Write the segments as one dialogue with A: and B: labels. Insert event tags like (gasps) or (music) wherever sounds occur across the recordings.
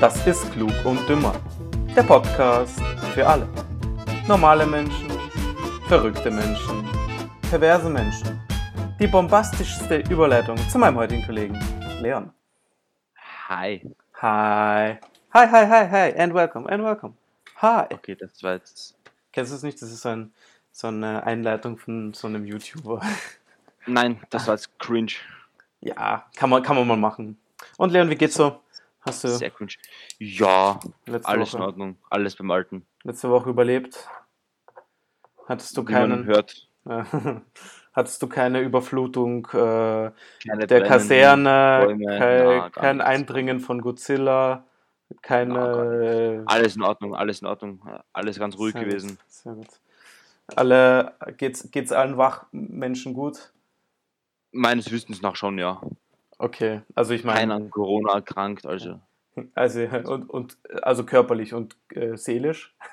A: Das ist Klug und Dümmer. Der Podcast für alle. Normale Menschen, verrückte Menschen, perverse Menschen. Die bombastischste Überleitung zu meinem heutigen Kollegen, Leon.
B: Hi.
A: Äh. Hi. Hi, hi, hi, hi. And welcome, and welcome. Hi.
B: Okay, das war jetzt.
A: Kennst du es nicht? Das ist so, ein, so eine Einleitung von so einem YouTuber. (laughs)
B: Nein,
A: Ah.
B: das war jetzt cringe.
A: Ja, kann man, kann man mal machen. Und Leon, wie geht's so? Hast du
B: Sehr cringe. Ja,
A: letzte
B: alles in
A: Woche,
B: Ordnung. Alles beim Alten.
A: letzte Woche überlebt? Hattest du
B: Wie man
A: keinen,
B: hört,
A: Äh, (laughs) hattest du keine Überflutung äh,
B: keine
A: der
B: brennenden
A: Kaserne,
B: Bäume,
A: kein,
B: na, gar
A: kein
B: nichts.
A: Eindringen von Godzilla,
B: Na, gar
A: keine.
B: Alles in Ordnung, alles in Ordnung. Alles ganz ruhig
A: Sehr gut,
B: gewesen.
A: Sehr gut. Alle, geht's, geht's allen Wachmenschen gut?
B: Meines Wissens nach schon, ja.
A: Okay, also ich meine.
B: Keiner an Corona erkrankt, also.
A: Also, und, und, also körperlich und äh, seelisch. (laughs)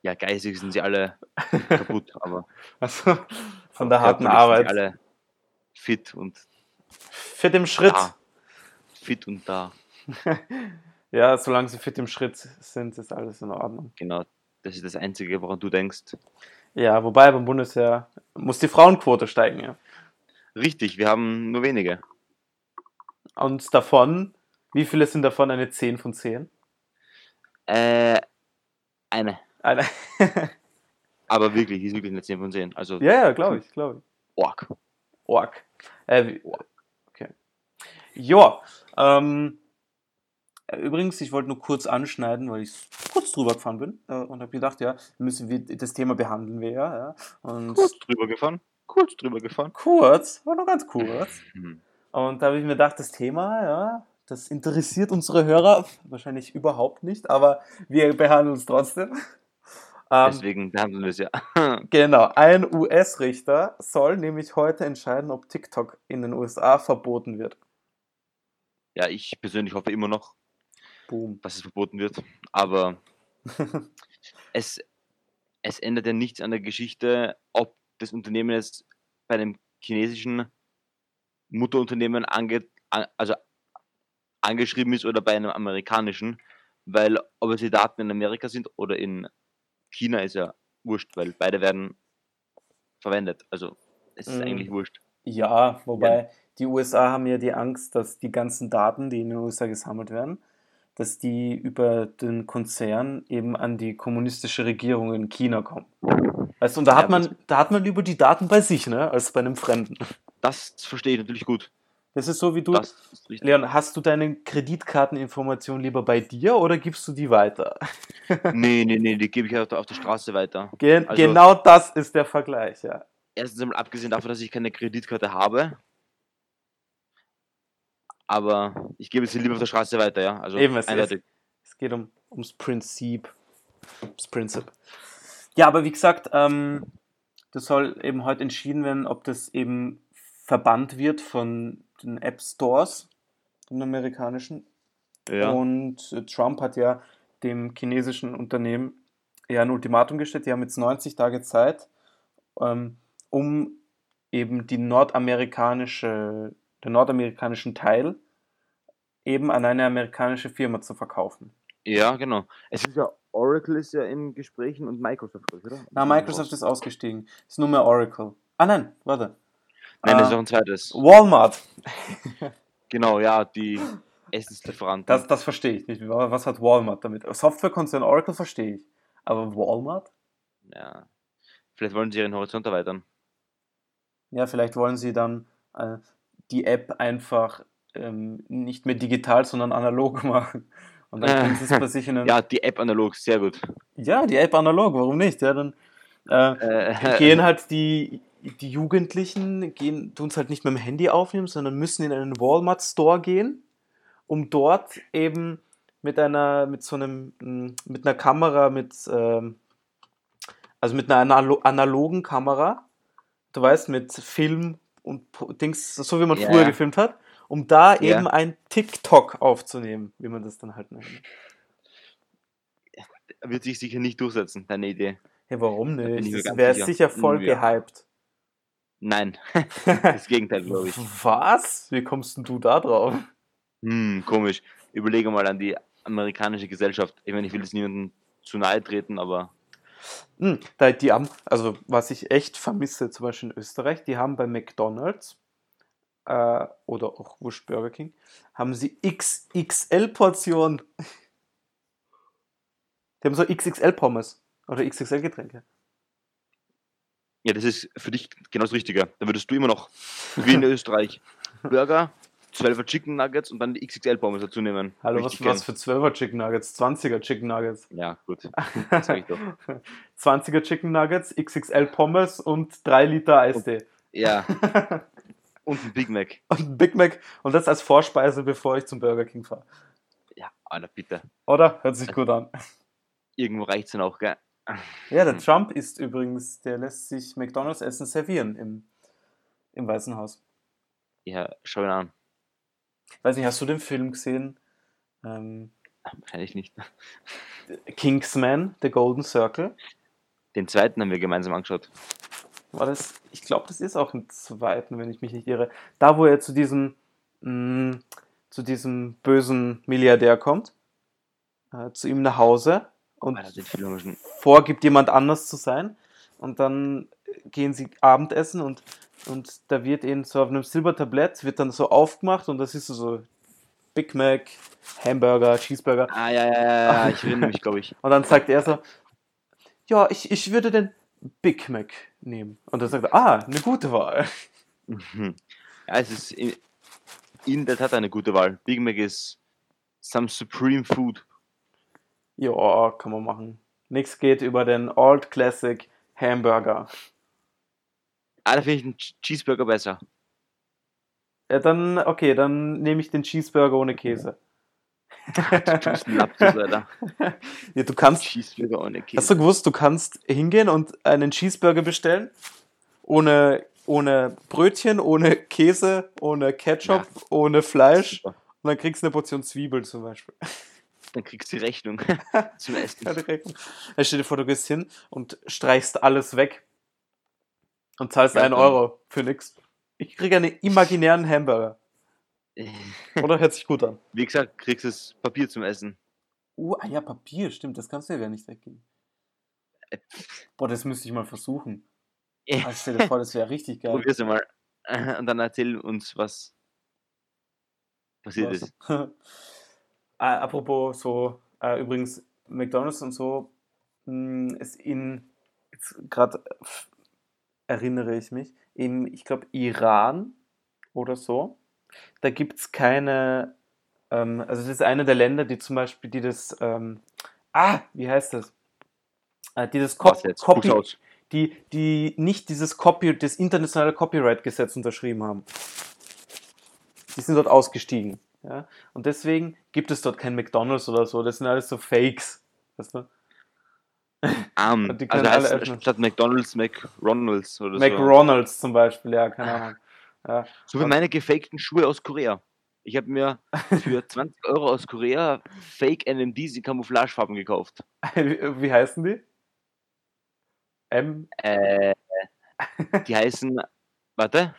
B: Ja, geistig sind sie alle kaputt, aber
A: Also von der harten
B: körperlich sind sie
A: Arbeit.
B: alle fit und
A: Fit im Schritt.
B: da. Fit und da.
A: Ja, solange sie fit im Schritt sind, ist alles in Ordnung.
B: Genau. Das ist das Einzige, woran du denkst.
A: Ja, wobei beim Bundesheer muss die Frauenquote steigen, ja.
B: Richtig, wir haben nur wenige.
A: Und davon, wie viele sind davon eine 10 von 10?
B: Äh, eine.
A: Eine,
B: Aber wirklich, die ist wirklich eine 10 von 10. Also,
A: ja, ja, glaube ich, glaube ich.
B: org.
A: Org. Äh, wie- okay. Ja, ähm, äh, übrigens, ich wollte nur kurz anschneiden, weil ich kurz drüber gefahren bin äh, und habe gedacht, ja, müssen wir, das Thema behandeln wir ja. ja. Und
B: Kurz drüber gefahren. Kurz drüber gefahren.
A: kurz, aber nur ganz kurz.
B: Mhm.
A: Und da habe ich mir gedacht, das Thema, ja, das interessiert unsere Hörer wahrscheinlich überhaupt nicht, aber wir behandeln es trotzdem. Ähm,
B: Deswegen behandeln wir es ja.
A: Genau, ein US-Richter soll nämlich heute entscheiden, ob TikTok in den USA verboten wird.
B: Ja, ich persönlich hoffe immer noch,
A: Boom. (laughs)
B: dass es verboten wird. Aber es, es ändert ja nichts an der Geschichte, ob das Unternehmen jetzt bei einem chinesischen Mutterunternehmen ange, an, also angeschrieben ist oder bei einem amerikanischen. Weil ob es die Daten in Amerika sind oder in China ist ja wurscht, weil beide werden verwendet. Also es ist
A: Mm.
B: eigentlich wurscht.
A: Ja, wobei die USA haben ja die Angst, dass die ganzen Daten, die in den USA gesammelt werden, dass die über den Konzern eben an die kommunistische Regierung in China kommen. Weißt du, und da
B: Ja,
A: hat man, da hat man lieber die Daten bei sich, ne, als bei einem Fremden.
B: Das verstehe ich natürlich gut.
A: Das ist so wie du,
B: Das ist richtig.
A: Leon, hast du deine Kreditkarteninformationen lieber bei dir oder gibst du die weiter?
B: Nee, nee, nee, die gebe ich auf der, auf der Straße weiter.
A: Ge
B: Also-
A: genau das ist der Vergleich, ja.
B: Erstens einmal abgesehen davon, dass ich keine Kreditkarte habe. Aber ich gebe sie lieber auf der Straße weiter, ja. Also
A: Eben, es ist-
B: eindeutig.
A: Es geht um, ums Prinzip. Ums Prinzip. Ja, aber wie gesagt, ähm, das soll eben heute entschieden werden, ob das eben verbannt wird von den App Stores, den amerikanischen.
B: Ja.
A: Und äh, Trump hat ja dem chinesischen Unternehmen ja ein Ultimatum gestellt. Die haben jetzt 90 Tage Zeit, ähm, um eben die nordamerikanische, den nordamerikanischen Teil eben an eine amerikanische Firma zu verkaufen.
B: ja, genau. Es ist ja, Oracle ist ja in Gesprächen und Microsoft, glaub ich, oder?
A: Na, Microsoft ist ausgestiegen. Ist nur mehr Oracle. Ah nein, warte.
B: Nein, das
A: Ah,
B: ist noch ein zweites.
A: Walmart.
B: Genau,
A: (gasps)
B: ja, die Essenslieferanten.
A: Das, das verstehe ich nicht. Was hat Walmart damit? Softwarekonzern Oracle verstehe ich. Aber Walmart?
B: ja. Vielleicht wollen sie ihren Horizont erweitern.
A: Ja, vielleicht wollen sie dann äh, die App einfach ähm, nicht mehr digital, sondern analog (laughs) machen. Und dann
B: Äh,
A: können sie es bei sich
B: (laughs)
A: in einen.
B: Ja, die App analog, sehr gut.
A: ja, die App analog, warum nicht? Ja, dann äh,
B: Äh,
A: gehen halt die, die Jugendlichen, gehen, tun es halt nicht mit dem Handy aufnehmen, sondern müssen in einen Walmart-Store gehen, um dort eben mit einer, mit so einem, mm, mit einer Kamera, mit, ähm, also mit einer analo analogen Kamera, du weißt, mit Film und Po- Dings, so wie man
B: Ja.
A: früher gefilmt hat, um da
B: Ja.
A: eben ein TikTok aufzunehmen, wie man das dann halt nennt.
B: Äh, (laughs) wird sich sicher nicht durchsetzen, deine Idee.
A: Ja, warum
B: bin ich
A: nicht?
B: mir
A: Das
B: ganz
A: wäre
B: sicher.
A: sicher voll
B: Ja.
A: gehypt. (laughs)
B: Nein, das Gegenteil, glaube ich.
A: Was? Wie kommst denn du da drauf?
B: Hm, komisch. Überlege mal an die amerikanische Gesellschaft. Ich meine, ich will jetzt niemandem zu nahe treten, aber
A: Hm, da die haben, also was ich echt vermisse, zum Beispiel in Österreich, die haben bei McDonald's äh, oder auch Wurscht Burger King, haben sie XXL-Portionen. Die haben so XXL-Pommes oder XXL-Getränke.
B: ja, das ist für dich genau das Richtige. Da würdest du immer noch,
A: (laughs)
B: wie in Österreich, Burger, 12er Chicken Nuggets und dann die XXL-Pommes dazu nehmen.
A: Hallo, was,
B: Richtig
A: was für 12er Chicken Nuggets, 20er Chicken Nuggets,
B: (laughs) gern. Ja,
A: (laughs)
B: gut. Das sag ich doch.
A: 20er Chicken Nuggets, XXL Pommes und 3 Liter Eistee.
B: Ja. Und ein Big Mac.
A: (laughs) Und ein Big Mac und das als Vorspeise, bevor ich zum Burger King fahre.
B: Ja, Alter, bitte.
A: Oder? Hört sich gut an.
B: Irgendwo reicht's dann auch, gell?
A: Ja, der Trump ist übrigens, der lässt sich McDonalds-Essen servieren im, im Weißen Haus.
B: Ja, schau ihn an.
A: Weiß nicht, hast du den Film gesehen? Ähm,
B: Wahrscheinlich nicht.
A: Kingsman, The Golden Circle.
B: Den zweiten haben wir gemeinsam angeschaut.
A: War das, ich glaube, das ist auch im zweiten, wenn ich mich nicht irre. Da, wo er zu diesem, mh, zu diesem bösen Milliardär kommt, äh, zu ihm nach Hause und
B: Alter, den Film haben wir schon.
A: vorgibt, jemand anders zu sein. Und dann gehen sie Abendessen und, und da wird eben so auf einem Silbertablett, wird dann so aufgemacht und das ist so Big Mac, Hamburger, Cheeseburger.
B: Ah, ja, ja, ja, ja, ich erinnere mich, glaube ich.
A: Und dann sagt er so, ja, ich, ich würde den Big Mac nehmen. Und dann sagt er, ah, eine gute Wahl. (laughs)
B: Mhm. Ja, es ist in, in der Tat eine gute Wahl. Big Mac ist some supreme food.
A: Ja, kann man machen. Nichts geht über den Old Classic Hamburger.
B: Ah, da finde ich den Che- Cheeseburger besser.
A: Ja, dann, okay, dann nehme ich den Cheeseburger ohne Käse.
B: Du bist ein Lapsus, Alter.
A: (laughs) ja, du (laughs) kannst
B: Cheeseburger ohne Käse.
A: Hast du gewusst, du kannst hingehen und einen Cheeseburger bestellen? Ohne, ohne Brötchen, ohne Käse, ohne Ketchup, ohne Fleisch.
B: Super.
A: Und dann kriegst du eine Portion Zwiebeln zum Beispiel. (laughs)
B: Dann kriegst du die Rechnung zum Essen.
A: Da steht dir vor, du gehst hin und streichst alles weg. Und zahlst
B: Ja,
A: einen
B: dann-
A: Euro für nix. Ich krieg einen imaginären (laughs) Hamburger. Oder hört sich gut an.
B: Wie gesagt, kriegst du das Papier zum Essen.
A: Uh, ah ja, Papier, stimmt, das kannst du ja gar nicht weggeben. Boah, das müsste ich mal versuchen. Ah, stell dir vor, das (laughs) wäre richtig geil.
B: Probier's mal. (laughs) Und dann erzähl uns, was passiert ist.
A: Also. (laughs) äh, apropos so, äh, übrigens, McDonalds und so mh, ist in, jetzt gerade erinnere ich mich, im, ich glaube, Iran oder so, da gibt es keine, ähm, also das ist einer der Länder, die zum Beispiel, die das, ähm, ah, wie heißt das? Äh, die das Co
B: Was jetzt?
A: Copy,
B: Buch's aus.
A: die, die nicht dieses Copy, das internationale Copyright-Gesetz unterschrieben haben. Die sind dort ausgestiegen. Ja? Und deswegen gibt es dort kein McDonalds oder so. Das sind alles so Fakes. Weißt du?
B: Arm.
A: Und die können
B: Also heißt
A: alle
B: es
A: öffnen.
B: statt McDonalds, McRonalds oder
A: McRonalds zum Beispiel, ja,
B: Ah.
A: keine Ahnung. (laughs) Ja.
B: so. So wie meine gefakten Schuhe aus Korea. Ich habe mir
A: (laughs)
B: für 20 Euro aus Korea Fake NMDs in Camouflagefarben gekauft.
A: Wie, wie heißen die? M.
B: Äh, die heißen. Warte.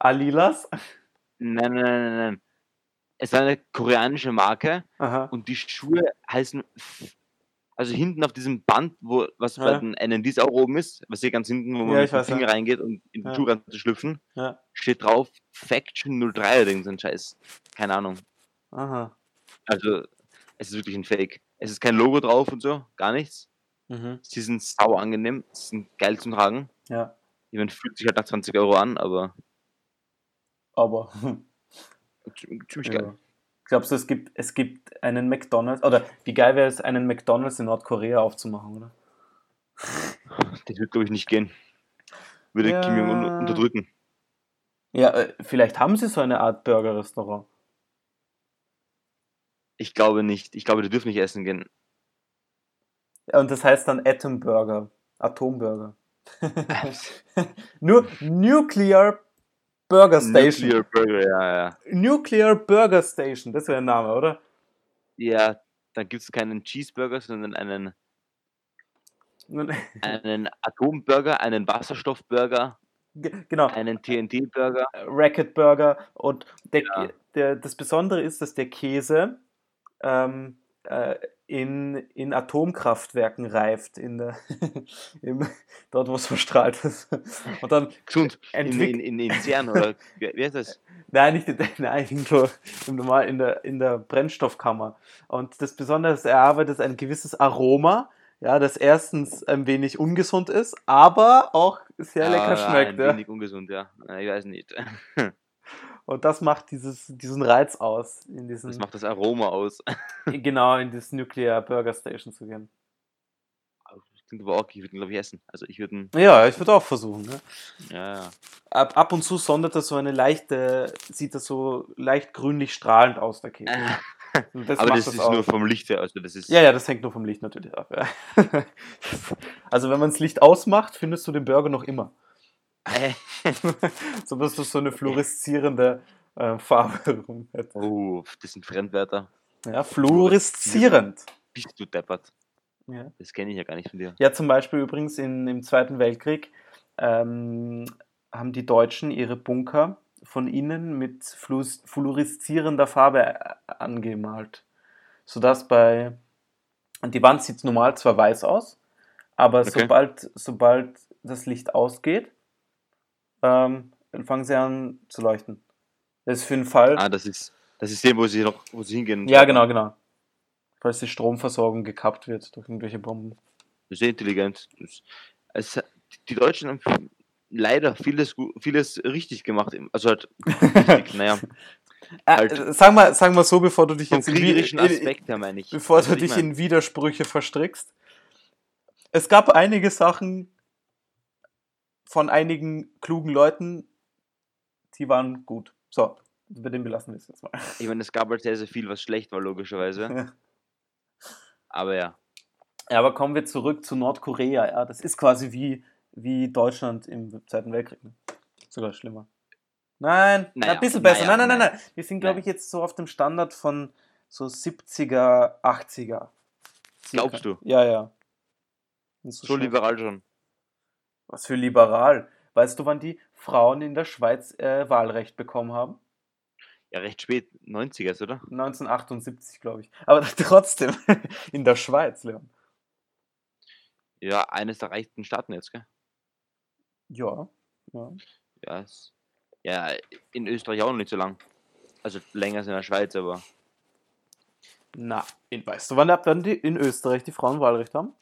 A: Alilas?
B: Nein, nein, nein, nein. Es war eine koreanische Marke.
A: Aha.
B: und die Schuhe heißen, F- also hinten auf diesem Band, wo was bei
A: Ja.
B: den NNDs auch oben ist, was hier ganz hinten, wo man
A: Ja, ich
B: mit dem
A: weiß, ja.
B: Finger reingeht und in den
A: Ja.
B: Schuh rein zu schlüpfen,
A: Ja.
B: steht drauf Faction 03 oder irgend so ein Scheiß. Keine Ahnung.
A: Aha.
B: Also, es ist wirklich ein Fake. Es ist kein Logo drauf und so, gar nichts.
A: Mhm.
B: Sie sind sau angenehm, sie sind geil zum Tragen.
A: Ja.
B: Jemand fühlt sich halt nach 20 Euro an, aber
A: Aber. (laughs)
B: zi- ziemlich
A: Ja.
B: geil.
A: Glaubst du, es gibt, es gibt einen McDonalds? Oder wie geil wäre es, einen McDonalds in Nordkorea aufzumachen, oder?
B: Das wird, glaube ich, nicht gehen. Würde
A: Ja.
B: Kim Jong-un unterdrücken.
A: Ja, äh, vielleicht haben sie so eine Art Burger-Restaurant.
B: Ich glaube nicht. Ich glaube, die dürfen nicht essen gehen.
A: Ja, Und das heißt dann Atom Burger, Atomburger. (laughs) Nur Nuclear Burger Station.
B: Nuclear Burger, ja, ja.
A: Nuclear Burger Station, das wäre ein Name, oder?
B: Ja, dann gibt es keinen Cheeseburger, sondern einen,
A: Nun,
B: einen Atomburger, einen Wasserstoffburger,
A: ge- Genau,
B: einen TNT-Burger.
A: Racket Burger. Und der,
B: Ja.
A: der, das Besondere ist, dass der Käse ähm, äh, in, in Atomkraftwerken reift, in der, (laughs) im, dort, wo es verstrahlt ist. Und dann
B: Gesund. In,
A: entwickelt.
B: in, in, in CERN oder wie, wie heißt das?
A: Nein, nicht (laughs) in, nein, irgendwo im Normal, in, der, in der Brennstoffkammer. Und das Besondere ist, er arbeitet ein gewisses Aroma, ja, das erstens ein wenig ungesund ist, aber auch sehr lecker
B: Ah,
A: schmeckt.
B: Ein
A: Ja. Mhm.
B: wenig ungesund, ja. Na, Ich weiß nicht.
A: Und das macht dieses, diesen Reiz aus, in
B: Das
A: diesen, (laughs)
B: macht das Aroma aus.
A: genau in dieses Nuclear Burger Station zu gehen.
B: Klingt aber auch, ich würde ihn, glaube ich, essen. Also ich würde ihn,
A: Ja, ich würde auch versuchen. Ne?
B: ja, ja.
A: Ab, ab und zu sondert er so eine leichte, sieht er so leicht grünlich strahlend aus, der (laughs) Käse. Und
B: aber
A: macht
B: das, ist
A: aus.
B: nur vom Licht her, also das ist,
A: Ja, ja, das hängt nur vom Licht natürlich ab. Ja. (laughs) Also wenn man das Licht ausmacht, findest du den Burger noch immer.
B: Äh,
A: (laughs) so dass du so eine fluoreszierende äh, Farbe rum hättest.
B: oh, das sind Fremdwörter.
A: Ja, fluoreszierend.
B: Bist du deppert.
A: Ja.
B: Das kenne ich ja gar nicht von dir.
A: Ja, zum Beispiel übrigens in, im Zweiten Weltkrieg ähm, haben die Deutschen ihre Bunker von innen mit flus- fluoreszierender Farbe äh, angemalt. Sodass bei. und Die Wand sieht normal zwar weiß aus, aber
B: Okay.
A: sobald, sobald das Licht ausgeht, ähm, dann fangen sie an zu leuchten. Das ist für den Fall.
B: Ah, das ist, das ist dem, wo sie noch, wo sie hingehen.
A: ja, genau, genau. Falls die Stromversorgung gekappt wird durch irgendwelche Bomben.
B: Sehr intelligent. Das, es, die Deutschen haben leider vieles, gu- vieles richtig gemacht. im- Also halt,
A: (laughs)
B: richtig, (laughs) naja,
A: Ah,
B: Halt.
A: äh, sag, mal, sag mal so, bevor du dich
B: vom
A: jetzt in, Wi-
B: kriegerischen
A: in,
B: Aspekt her meine ich.
A: bevor
B: Weißt
A: du
B: was ich
A: dich
B: mein?
A: in Widersprüche verstrickst. Es gab einige Sachen von einigen klugen Leuten, die waren gut. So, bei dem belassen wir es jetzt mal.
B: Ich meine, es gab halt sehr, sehr viel, was schlecht war, (laughs) logischerweise.
A: Ja.
B: Aber ja,
A: Ja, aber kommen wir zurück zu Nordkorea. Ja, das ist quasi wie, wie Deutschland im Zweiten Weltkrieg. Ne? Sogar schlimmer. Nein,
B: Naja,
A: ein bisschen besser.
B: naja,
A: nein, nein, nein,
B: nein.
A: nein. Wir sind, glaube
B: Nein.
A: ich, jetzt so auf dem Standard von so 70er, 80er. Circa.
B: Glaubst du?
A: Ja, ja. Nicht
B: so
A: schlimm.
B: liberal schon.
A: Was für liberal. Weißt du, wann die Frauen in der Schweiz äh, Wahlrecht bekommen haben?
B: Ja, recht spät, 90er, ist, oder?
A: 1978, glaube ich. Aber (laughs) trotzdem, in der Schweiz, Leon.
B: Ja, eines der reichsten Staaten jetzt, gell?
A: Ja, ja.
B: Ja, ist, ja, in Österreich auch noch nicht so lang. Also länger als in der Schweiz, aber
A: Na, in, weißt du, wann ab dann die, in Österreich die Frauen Wahlrecht haben?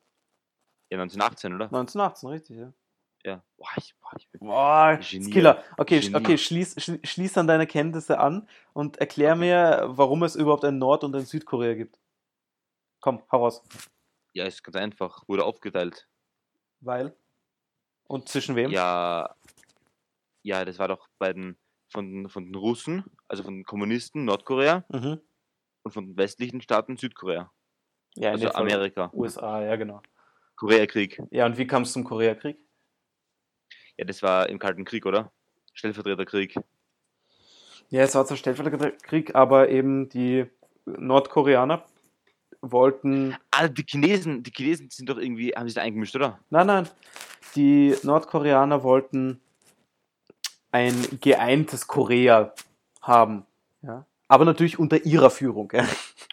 B: ja, 1918, oder?
A: 1918, richtig, ja.
B: Ja. Boah, ich, boah, ich bin
A: Boah,
B: Genie.
A: Skiller. Okay, sch-
B: Genie.
A: okay schließ, schli- schließ an deine Kenntnisse an und erklär
B: Okay.
A: mir, warum es überhaupt ein Nord- und ein Südkorea gibt. Komm, hau raus.
B: Ja, ist ganz einfach. Wurde aufgeteilt.
A: Weil? Und zwischen wem?
B: Ja, ja, das war doch bei den, von, den- von den Russen, also von den Kommunisten Nordkorea
A: Mhm.
B: und von den westlichen Staaten Südkorea,
A: ja in
B: also
A: dem Fall
B: Amerika.
A: USA, ja, genau.
B: Koreakrieg.
A: Ja, und wie kam es zum Koreakrieg?
B: Ja, das war im Kalten Krieg, oder? Stellvertreterkrieg.
A: Ja, es war zwar Stellvertreterkrieg, aber eben die Nordkoreaner wollten.
B: Ah, die Chinesen, die Chinesen sind doch irgendwie, haben sich da eingemischt, oder?
A: Nein, nein. Die Nordkoreaner wollten ein geeintes Korea haben. Ja? Aber natürlich unter ihrer Führung. Ja?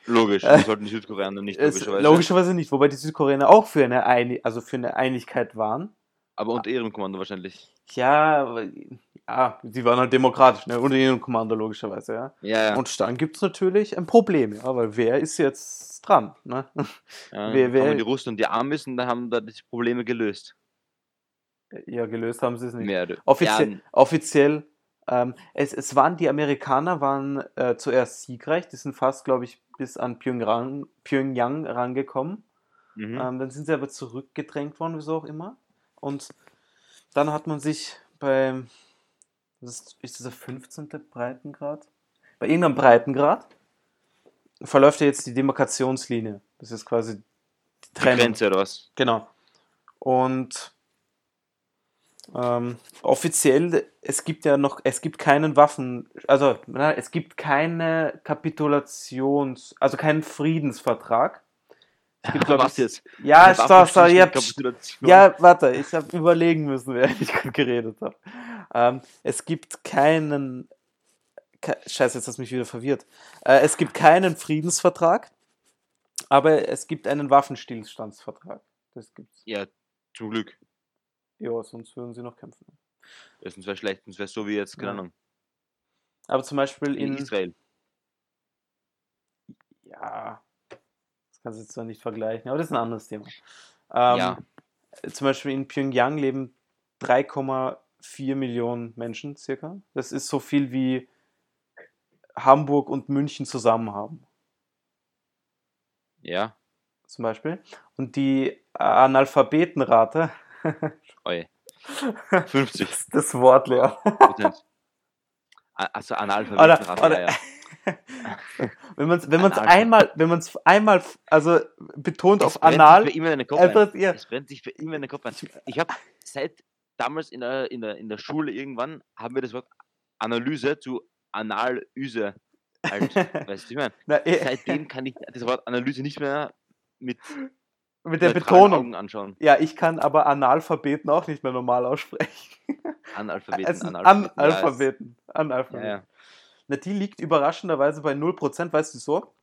B: Logisch,
A: Äh,
B: das sollten die Südkoreaner nicht,
A: Es,
B: logischerweise.
A: logischerweise nicht, wobei die Südkoreaner auch für eine, Einig also für eine Einigkeit waren.
B: Aber unter ihrem Kommando wahrscheinlich.
A: Ja, aber- ja, die waren halt demokratisch, ne? unter ihrem Kommando logischerweise. Ja?
B: Ja, ja.
A: Und dann gibt es natürlich ein Problem, ja, weil wer ist jetzt dran? Ne? (laughs)
B: ja
A: wer-
B: wer,
A: wer-
B: Haben die Russen und die Amis und dann haben da die Probleme gelöst.
A: Ja, gelöst haben sie es nicht.
B: Mehr oder-
A: Offiziell,
B: Ja,
A: offiziell ähm, es, es waren die Amerikaner waren äh, zuerst siegreich, die sind fast, glaube ich, bis an Pyongyang, Pyongyang rangekommen.
B: mhm.
A: Ähm, dann sind sie aber zurückgedrängt worden, wieso auch immer. Und dann hat man sich bei, was ist, ist dieser 15. Breitengrad? Bei irgendeinem Breitengrad verläuft ja jetzt die Demarkationslinie. Das ist quasi die
B: die
A: Trennung.
B: Grenze oder was?
A: Genau. Und ähm, offiziell, es gibt ja noch, es gibt keinen Waffen, also na, es gibt keine Kapitulations, also keinen Friedensvertrag. Es gibt, glaub
B: was
A: ich,
B: jetzt?
A: Ja,
B: Eine
A: stopp, stopp,
B: Waffenstillstand-
A: ja, pst,
B: Kapitulation.
A: ja, warte, ich habe überlegen müssen, während ich gerade geredet habe. Ähm, es gibt keinen, ke- Scheiße, jetzt hast du mich wieder verwirrt. Äh, es gibt keinen Friedensvertrag, aber es gibt einen Waffenstillstandsvertrag. Das gibt's.
B: Ja, zum Glück.
A: Ja, sonst würden sie noch kämpfen.
B: Das wäre schlecht, das wäre so wie jetzt, keine
A: Ja.
B: Ahnung,
A: Aber zum Beispiel
B: in
A: in.
B: Israel.
A: Ja, das kannst du jetzt zwar nicht vergleichen, aber das ist ein anderes Thema. Ähm,
B: Ja.
A: Zum Beispiel in Pyongyang leben 3,4 Millionen Menschen circa. Das ist so viel wie Hamburg und München zusammen haben,
B: Ja,
A: zum Beispiel. Und die äh, Analphabetenrate, (laughs)
B: (laughs) oi. 50
A: das, das Wort leer.
B: (laughs) Prozent. Also Analphabetenrate,
A: Oder-
B: ja, ja.
A: (laughs) Wenn man es wenn man's
B: Analpha-
A: einmal, wenn man es einmal, also betont
B: Es
A: auf
B: brennt sich
A: Anal,
B: Für immer in den Kopf ein.
A: (laughs) einfach, ja,
B: Es brennt sich für immer in den Kopf ein. Ich habe seit damals in der, in, der, in der Schule irgendwann haben wir das Wort Analyse zu Analyse.
A: (laughs)
B: Halt, weißt du, ich meine,
A: na, eh,
B: seitdem kann ich das Wort Analyse nicht mehr mit
A: mit der
B: neutralen
A: Betonung.
B: Augen anschauen.
A: Ja, ich kann aber Analphabeten auch nicht mehr normal aussprechen.
B: Analphabeten,
A: Es sind
B: Analphabeten. ja, es-
A: Analphabeten. Analphabeten.
B: Ja, ja.
A: Na, die liegt überraschenderweise bei 0%, weißt du so?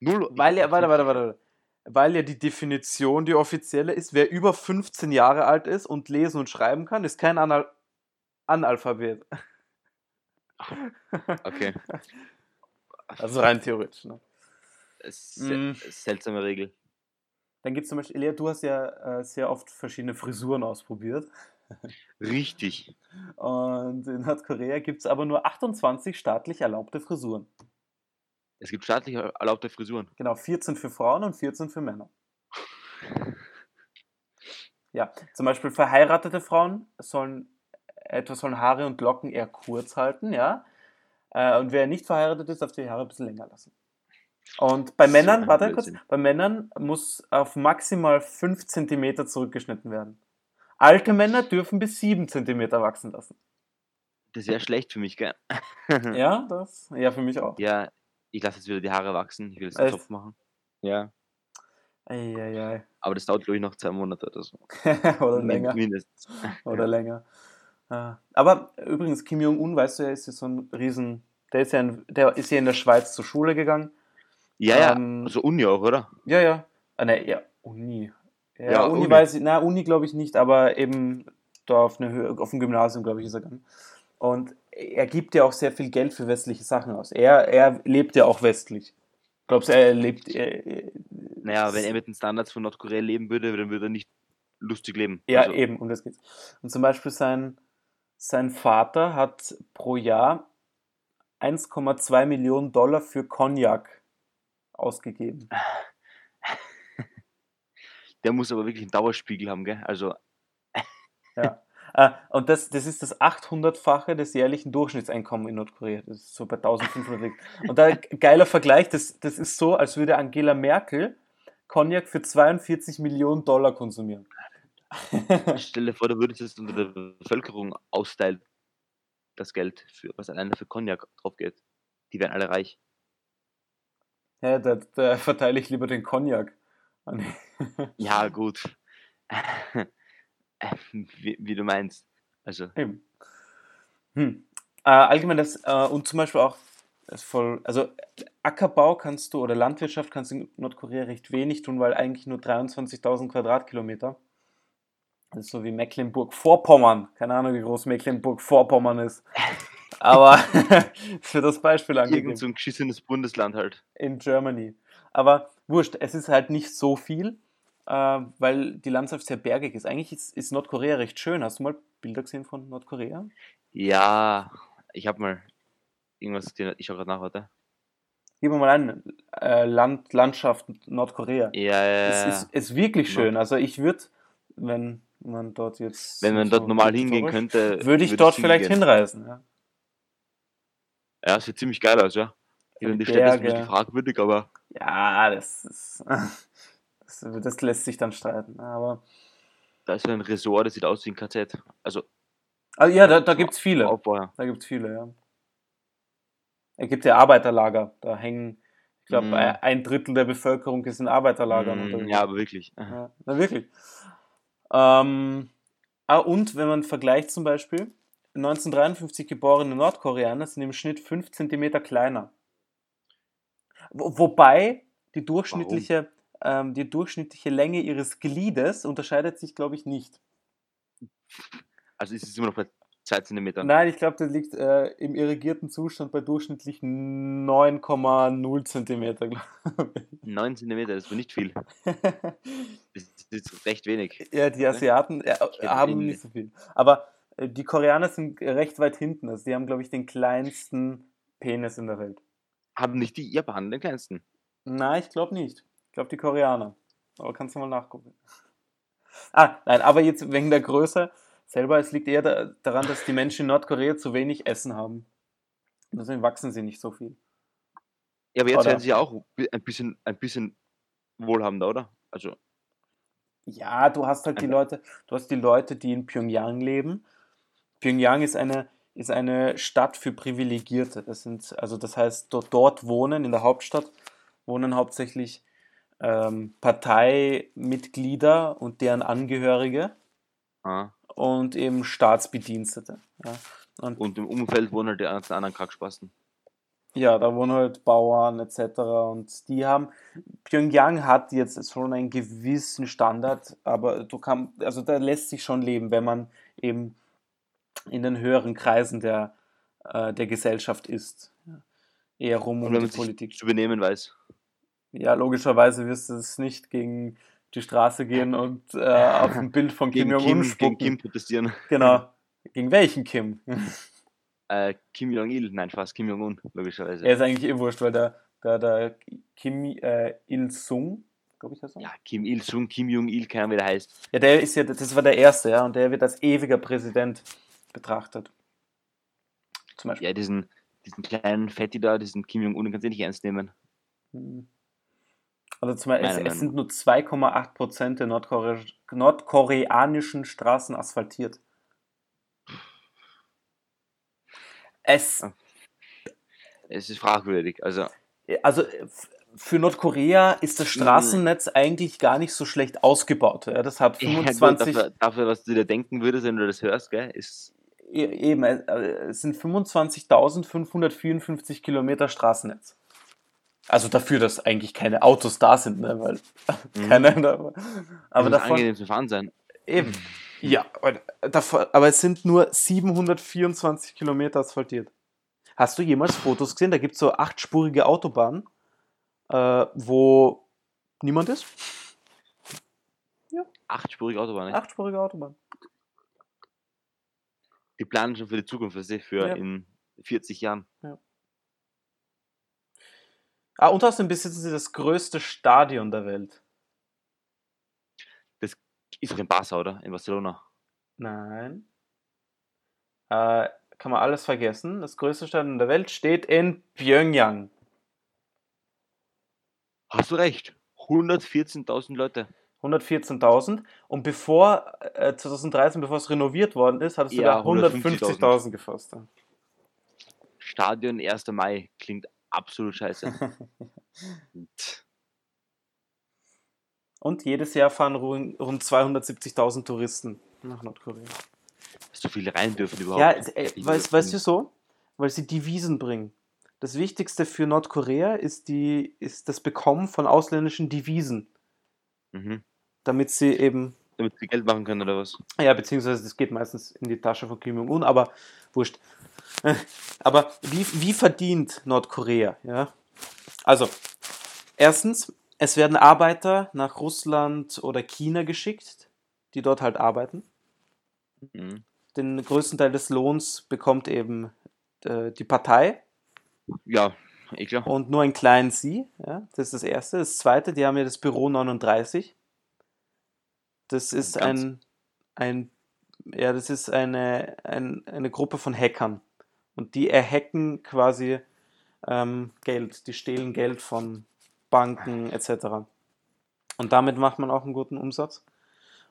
B: Null.
A: Weil ja, warte, warte, warte. Weil ja die Definition, die offizielle ist, wer über 15 Jahre alt ist und lesen und schreiben kann, ist kein Anal Analphabet.
B: Okay.
A: Also rein theoretisch. Ne?
B: Es-
A: Mm.
B: Seltsame Regel.
A: Dann gibt es zum Beispiel, Elia, du hast ja äh, sehr oft verschiedene Frisuren ausprobiert.
B: Richtig.
A: Und in Nordkorea gibt es aber nur 28 staatlich erlaubte Frisuren.
B: Es gibt staatlich erlaubte Frisuren.
A: Genau, 14 für Frauen und 14 für Männer. Ja, zum Beispiel verheiratete Frauen sollen äh, etwas sollen Haare und Locken eher kurz halten, ja. Äh, Und wer nicht verheiratet ist, darf die Haare ein bisschen länger lassen. Und bei
B: So
A: Männern,
B: ein
A: warte kurz,
B: Blödsinn.
A: bei Männern muss auf maximal 5 cm zurückgeschnitten werden. Alte Männer dürfen bis 7 cm wachsen lassen.
B: Das wäre schlecht für mich, gell?
A: Ja, das? Ja, für mich auch.
B: Mhm. Ja, ich lasse jetzt wieder die Haare wachsen. Ich will jetzt
A: Echt?
B: einen Topf machen. Ja.
A: Eieiei. (laughs)
B: Aber das dauert, glaube ich, noch zwei Monate oder so.
A: Oder
B: Min-
A: länger.
B: Mindestens.
A: Oder länger. Ah. Aber übrigens, Kim Jong-un, weißt du, er ist ja so ein Riesen. Der ist ja, in, der ist ja in der Schweiz zur Schule gegangen.
B: Ja, ja.
A: Ähm,
B: also Uni auch, oder?
A: Ja, ja. Ah, ne, ja, Uni. Ja,
B: Ja,
A: Uni,
B: Uni.
A: weiß ich. Na, Uni glaube ich nicht, aber eben da auf, eine Höhe, auf dem Gymnasium, glaube ich, ist er gegangen. Und er gibt ja auch sehr viel Geld für westliche Sachen aus. Er, er lebt ja auch westlich. Glaubst du, er lebt. Er, er-
B: Naja, wenn er mit den Standards von Nordkorea leben würde, dann würde er nicht lustig leben.
A: Ja,
B: also,
A: eben, um das geht's. Und zum Beispiel sein, sein Vater hat pro Jahr 1,2 Millionen Dollar für Cognac ausgegeben.
B: Der muss aber wirklich einen Dauerspiegel haben, gell? Also,
A: Äh, und das, das ist das 800-fache des jährlichen Durchschnittseinkommens in Nordkorea. Das ist so bei 1500 liegt. Und da geiler Vergleich, das, das ist so, als würde Angela Merkel Cognac für 42 Millionen Dollar konsumieren.
B: stell dir vor, du würdest jetzt unter der Bevölkerung austeilen, das Geld, für, was alleine für Cognac drauf geht. Die wären alle reich.
A: (laughs) Ja, da, da verteile ich lieber den Cognac. an-
B: Ja, gut. (laughs) wie, wie du meinst. Also,
A: Eben. Hm. Äh, allgemein das, äh, und zum Beispiel auch, das ist voll, also Ackerbau kannst du oder Landwirtschaft kannst du in Nordkorea recht wenig tun, weil eigentlich nur 23.000 Quadratkilometer. Das ist so wie Mecklenburg-Vorpommern. Keine Ahnung, wie groß Mecklenburg-Vorpommern ist. Aber (laughs) für das Beispiel angegeben
B: irgend so ein geschissenes Bundesland halt.
A: in Germany. Aber wurscht, es ist halt nicht so viel, äh, weil die Landschaft sehr bergig ist. Eigentlich ist, ist Nordkorea recht schön. Hast du mal Bilder gesehen von Nordkorea?
B: Ja, ich hab mal irgendwas gesehen. Ich schau grad nach, warte.
A: Gib mir mal ein, äh, Land, Landschaft Nordkorea.
B: Ja, ja,
A: Es
B: ja.
A: ist, ist wirklich
B: Ja.
A: schön. Also ich würde, wenn man dort jetzt...
B: Wenn man
A: so
B: dort normal hingehen
A: diktatorisch-
B: könnte,
A: Würde ich dort vielleicht
B: hingehen.
A: hinreisen. Ja.
B: Ja, sieht ziemlich geil aus, ja. Ich meine, die
A: Berge.
B: Städte ist ein bisschen fragwürdig, aber
A: ja, das ist... (laughs) Das, das lässt sich dann streiten. Aber,
B: da ist so ein Resort, das sieht aus wie ein KZ. Also,
A: also ja, da, da gibt es viele.
B: Aufbau, ja.
A: Da gibt es viele, ja. Es gibt ja Arbeiterlager. Da hängen, ich glaube,
B: Mm.
A: ein Drittel der Bevölkerung ist in Arbeiterlagern
B: Mm,
A: unterwegs.
B: ja, aber wirklich.
A: Ja, na wirklich. Ähm, ah, und wenn man vergleicht zum Beispiel 1953 geborene Nordkoreaner sind im Schnitt 5 cm kleiner. Wo, wobei die durchschnittliche, ähm, die durchschnittliche Länge ihres Gliedes unterscheidet sich, glaube ich, nicht.
B: Also ist es immer noch bei 2 Zentimetern.
A: Nein, ich glaube, das liegt äh, im irrigierten Zustand bei durchschnittlich 9,0 Zentimeter. glaub ich.
B: 9 Zentimeter, das ist wohl nicht viel.
A: (laughs)
B: Das ist jetzt recht wenig.
A: Ja, die Asiaten äh,
B: hätte
A: haben
B: irgendwie-
A: nicht so viel. Aber äh, die Koreaner sind recht weit hinten. Also die haben, glaube ich, den kleinsten Penis in der Welt.
B: Haben nicht die Japaner den kleinsten?
A: Nein, ich glaube nicht. Ich glaube, die Koreaner. Aber kannst du mal nachgucken. Ah, nein, aber jetzt wegen der Größe selber, es liegt eher da, daran, dass die Menschen in Nordkorea zu wenig Essen haben. Und Deswegen wachsen sie nicht so viel.
B: Ja, aber jetzt
A: Oder-
B: werden sie ja auch bi- ein bisschen, ein bisschen wohlhabender, oder? Also,
A: Ja, du hast halt die Leute, du hast die Leute, die in Pyongyang leben. Pyongyang ist eine, ist eine Stadt für Privilegierte. Das sind, also das heißt, dort, dort wohnen, in der Hauptstadt, wohnen hauptsächlich ähm, Parteimitglieder und deren Angehörige.
B: ah.
A: und eben Staatsbedienstete. Ja,
B: und im Umfeld wohnen halt die ganzen anderen Kackspasten.
A: ja da wohnen halt Bauern etc. Und die haben, Pyongyang hat jetzt schon einen gewissen Standard, aber du kann, also da lässt sich schon leben, wenn man eben in den höheren Kreisen der, äh, der Gesellschaft ist. Ja. Eher rum
B: Und
A: um
B: wenn
A: die
B: man sich
A: Politik.
B: zu benehmen weiß.
A: Ja, logischerweise wirst du es nicht gegen die Straße gehen und äh, auf ein Bild von Kim
B: (laughs) Gegen
A: Jong-un
B: Kim, Kim, gegen
A: spucken.
B: Kim protestieren.
A: Genau. Gegen welchen Kim? (laughs)
B: Äh, Kim Jong-il, nein, Spaß, Kim Jong-un, logischerweise.
A: Er ist eigentlich eh wurscht, weil der, der, der Kim äh, Il-sung, glaube ich, heißt er.
B: Ja, Kim Il-sung, Kim Jong-il, keine Ahnung, wie der heißt.
A: Ja, der ist ja, das war der erste, ja, und der wird als ewiger Präsident betrachtet. Zum Beispiel.
B: Ja, diesen, diesen kleinen Fetti da, diesen Kim Jong-un, den kannst du eh nicht ernst nehmen.
A: Hm. Also zum Beispiel, es,
B: Nein, nein.
A: es sind nur 2,8 Prozent der nordkorea nordkoreanischen Straßen asphaltiert. Es,
B: Ja. Es ist fragwürdig. Also, (laughs)
A: also f- für Nordkorea ist das
B: Hm.
A: Straßennetz eigentlich gar nicht so schlecht ausgebaut. Ja, das hat
B: ja, gut,
A: 25
B: dafür, dafür, was du dir denken würdest, wenn du das hörst, gell, ist
A: E- Eben, äh, äh, es sind 25.554 Kilometer Straßennetz. Also dafür, dass eigentlich keine Autos da sind, ne? weil
B: Mhm.
A: keine da Aber
B: muss
A: davon,
B: angenehm zu fahren sein.
A: eben, ja, und davon, aber es sind nur 724 Kilometer asphaltiert. Hast du jemals Fotos gesehen? Da gibt es so achtspurige Autobahnen, äh, wo niemand ist.
B: Achtspurige Autobahn. nicht?
A: Achtspurige Autobahn.
B: Die planen schon für die Zukunft, was sie für
A: Ja.
B: in 40 Jahren.
A: Ah, und außerdem besitzen sie das größte Stadion der Welt.
B: Ist doch in Barca, oder? In Barcelona.
A: Nein. Äh, kann man alles vergessen. Das größte Stadion der Welt steht in Pyongyang.
B: Hast du recht. 114.000 Leute.
A: 114.000. Und bevor, äh, 2013, bevor es renoviert worden ist, hat es
B: Ja,
A: sogar 150.000 gefasst.
B: Stadion 1. Mai klingt absolut
A: (laughs)
B: scheiße. Tch,
A: Und jedes Jahr fahren rund, rund 270.000 Touristen nach Nordkorea.
B: Dass so viele rein dürfen überhaupt.
A: Ja, es- äh,
B: Ich-
A: weißt, weißt du so? Weil sie Devisen bringen. Das Wichtigste für Nordkorea ist, die, ist das Bekommen von ausländischen Devisen,
B: Mhm.
A: damit sie eben
B: Damit sie Geld machen können oder was?
A: Ja, beziehungsweise das geht meistens in die Tasche von Kim Jong-un, aber wurscht. (laughs) Aber wie, wie verdient Nordkorea? Ja? Also, erstens, es werden Arbeiter nach Russland oder China geschickt, die dort halt arbeiten.
B: Mhm.
A: Den größten Teil des Lohns bekommt eben äh, die Partei,
B: Ja, eh klar.
A: und nur einen kleinen Sie. Ja? Das ist das Erste. Das Zweite, die haben ja das Büro 39. Das ist
B: Ganz.
A: ein, ein ja, das ist eine, ein, eine Gruppe von Hackern. Und die erhacken quasi ähm, Geld. Die stehlen Geld von Banken etc. Und damit macht man auch einen guten Umsatz.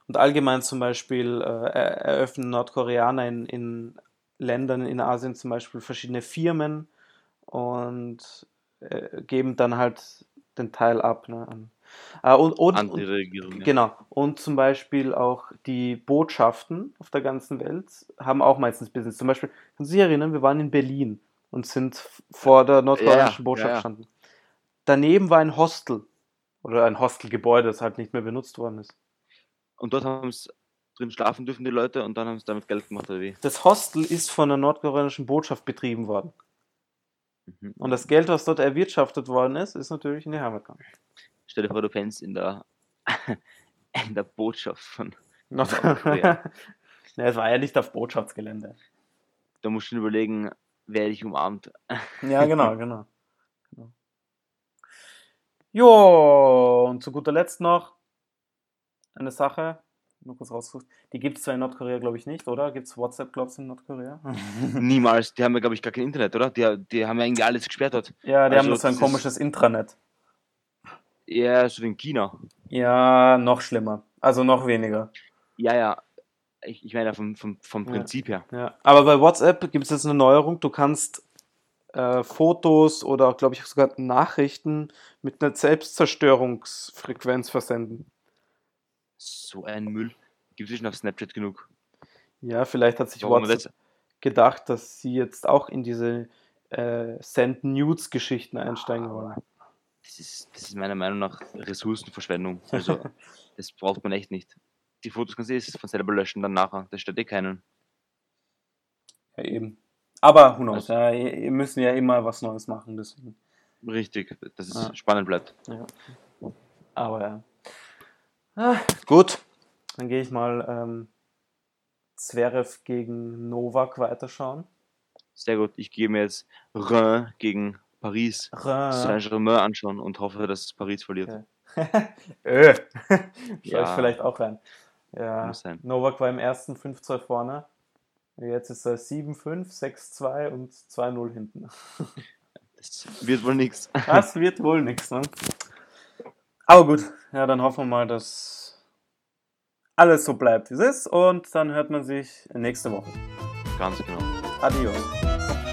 A: Und allgemein zum Beispiel äh, er- eröffnen Nordkoreaner in, in Ländern in Asien zum Beispiel verschiedene Firmen und äh, geben dann halt den Teil ab. Ne? an- Äh, und, und,
B: an die
A: und,
B: Regierung. ja.
A: genau. Und zum Beispiel auch die Botschaften auf der ganzen Welt haben auch meistens Business. Zum Beispiel, kannst du dich erinnern, wir waren in Berlin und sind f- vor der nordkoreanischen
B: ja,
A: Botschaft
B: ja.
A: gestanden. Daneben war ein Hostel oder ein Hostelgebäude, das halt nicht mehr benutzt worden ist.
B: Und dort haben es drin schlafen dürfen die Leute und dann haben sie damit Geld gemacht oder wie?
A: Das Hostel ist von der nordkoreanischen Botschaft betrieben worden.
B: Mhm.
A: Und das Geld, was dort erwirtschaftet worden ist, ist natürlich in die Heimat gegangen.
B: Stell dir vor, du pennst in der, (laughs) in der Botschaft von.
A: Nord-
B: Nordkorea.
A: (laughs) Ja, es war ja nicht auf Botschaftsgelände.
B: Da musst du schon überlegen, wer dich umarmt.
A: Ja, (laughs) genau, genau. genau. Jo, und zu guter Letzt noch eine Sache, nur kurz rausgesucht. Die gibt es zwar in Nordkorea, glaube ich, nicht, oder? Gibt es WhatsApp, glaubst du, in Nordkorea?
B: (laughs)
A: Mhm.
B: Niemals. Die haben ja, glaube ich, gar kein Internet, oder? Die, die haben ja irgendwie alles gesperrt dort.
A: ja, die
B: Also,
A: haben doch so ein
B: das ist-
A: komisches Intranet.
B: Ja, so wie in China.
A: Ja, noch schlimmer. Also noch weniger.
B: Ja, ja. Ich, ich meine, ja, vom, vom, vom
A: Ja.
B: Prinzip her.
A: Ja. Aber bei WhatsApp gibt es jetzt eine Neuerung. Du kannst äh, Fotos oder, glaube ich, sogar Nachrichten mit einer Selbstzerstörungsfrequenz versenden.
B: So ein Müll. Gibt es schon auf Snapchat genug?
A: Ja, vielleicht hat sich
B: Warum
A: WhatsApp
B: das?
A: gedacht, dass sie jetzt auch in diese äh, Send Nudes-Geschichten einsteigen wollen.
B: Das ist, das ist meiner Meinung nach Ressourcenverschwendung.
A: (laughs)
B: Also, das braucht man echt nicht. Die Fotos kannst du eh von selber löschen dann nachher. Das stört eh keinen.
A: Ja, eben. Aber who knows,
B: Also-
A: ja, ihr ihr müsst ja immer was Neues machen, deswegen.
B: Richtig, dass es
A: Ja.
B: spannend bleibt.
A: Aber ja. Ah, gut, dann gehe ich mal ähm, Zverev gegen Novak weiterschauen.
B: Sehr gut. Ich gehe mir jetzt Rennes gegen Paris Saint-Germain anschauen und hoffe, dass Paris verliert.
A: Okay. (laughs) Äh. Schau ich
B: Ja.
A: vielleicht auch rein. Ja.
B: Muss sein.
A: Novak war im ersten 5-2 vorne. Jetzt ist er 7-5, 6-2 und 2-0
B: (laughs)
A: hinten.
B: Das wird wohl nichts.
A: (laughs) Das wird wohl nichts, ne? Aber gut, ja, dann hoffen wir mal, dass alles so bleibt, wie es ist. Und dann hört man sich nächste Woche.
B: Ganz genau.
A: Adios. Oh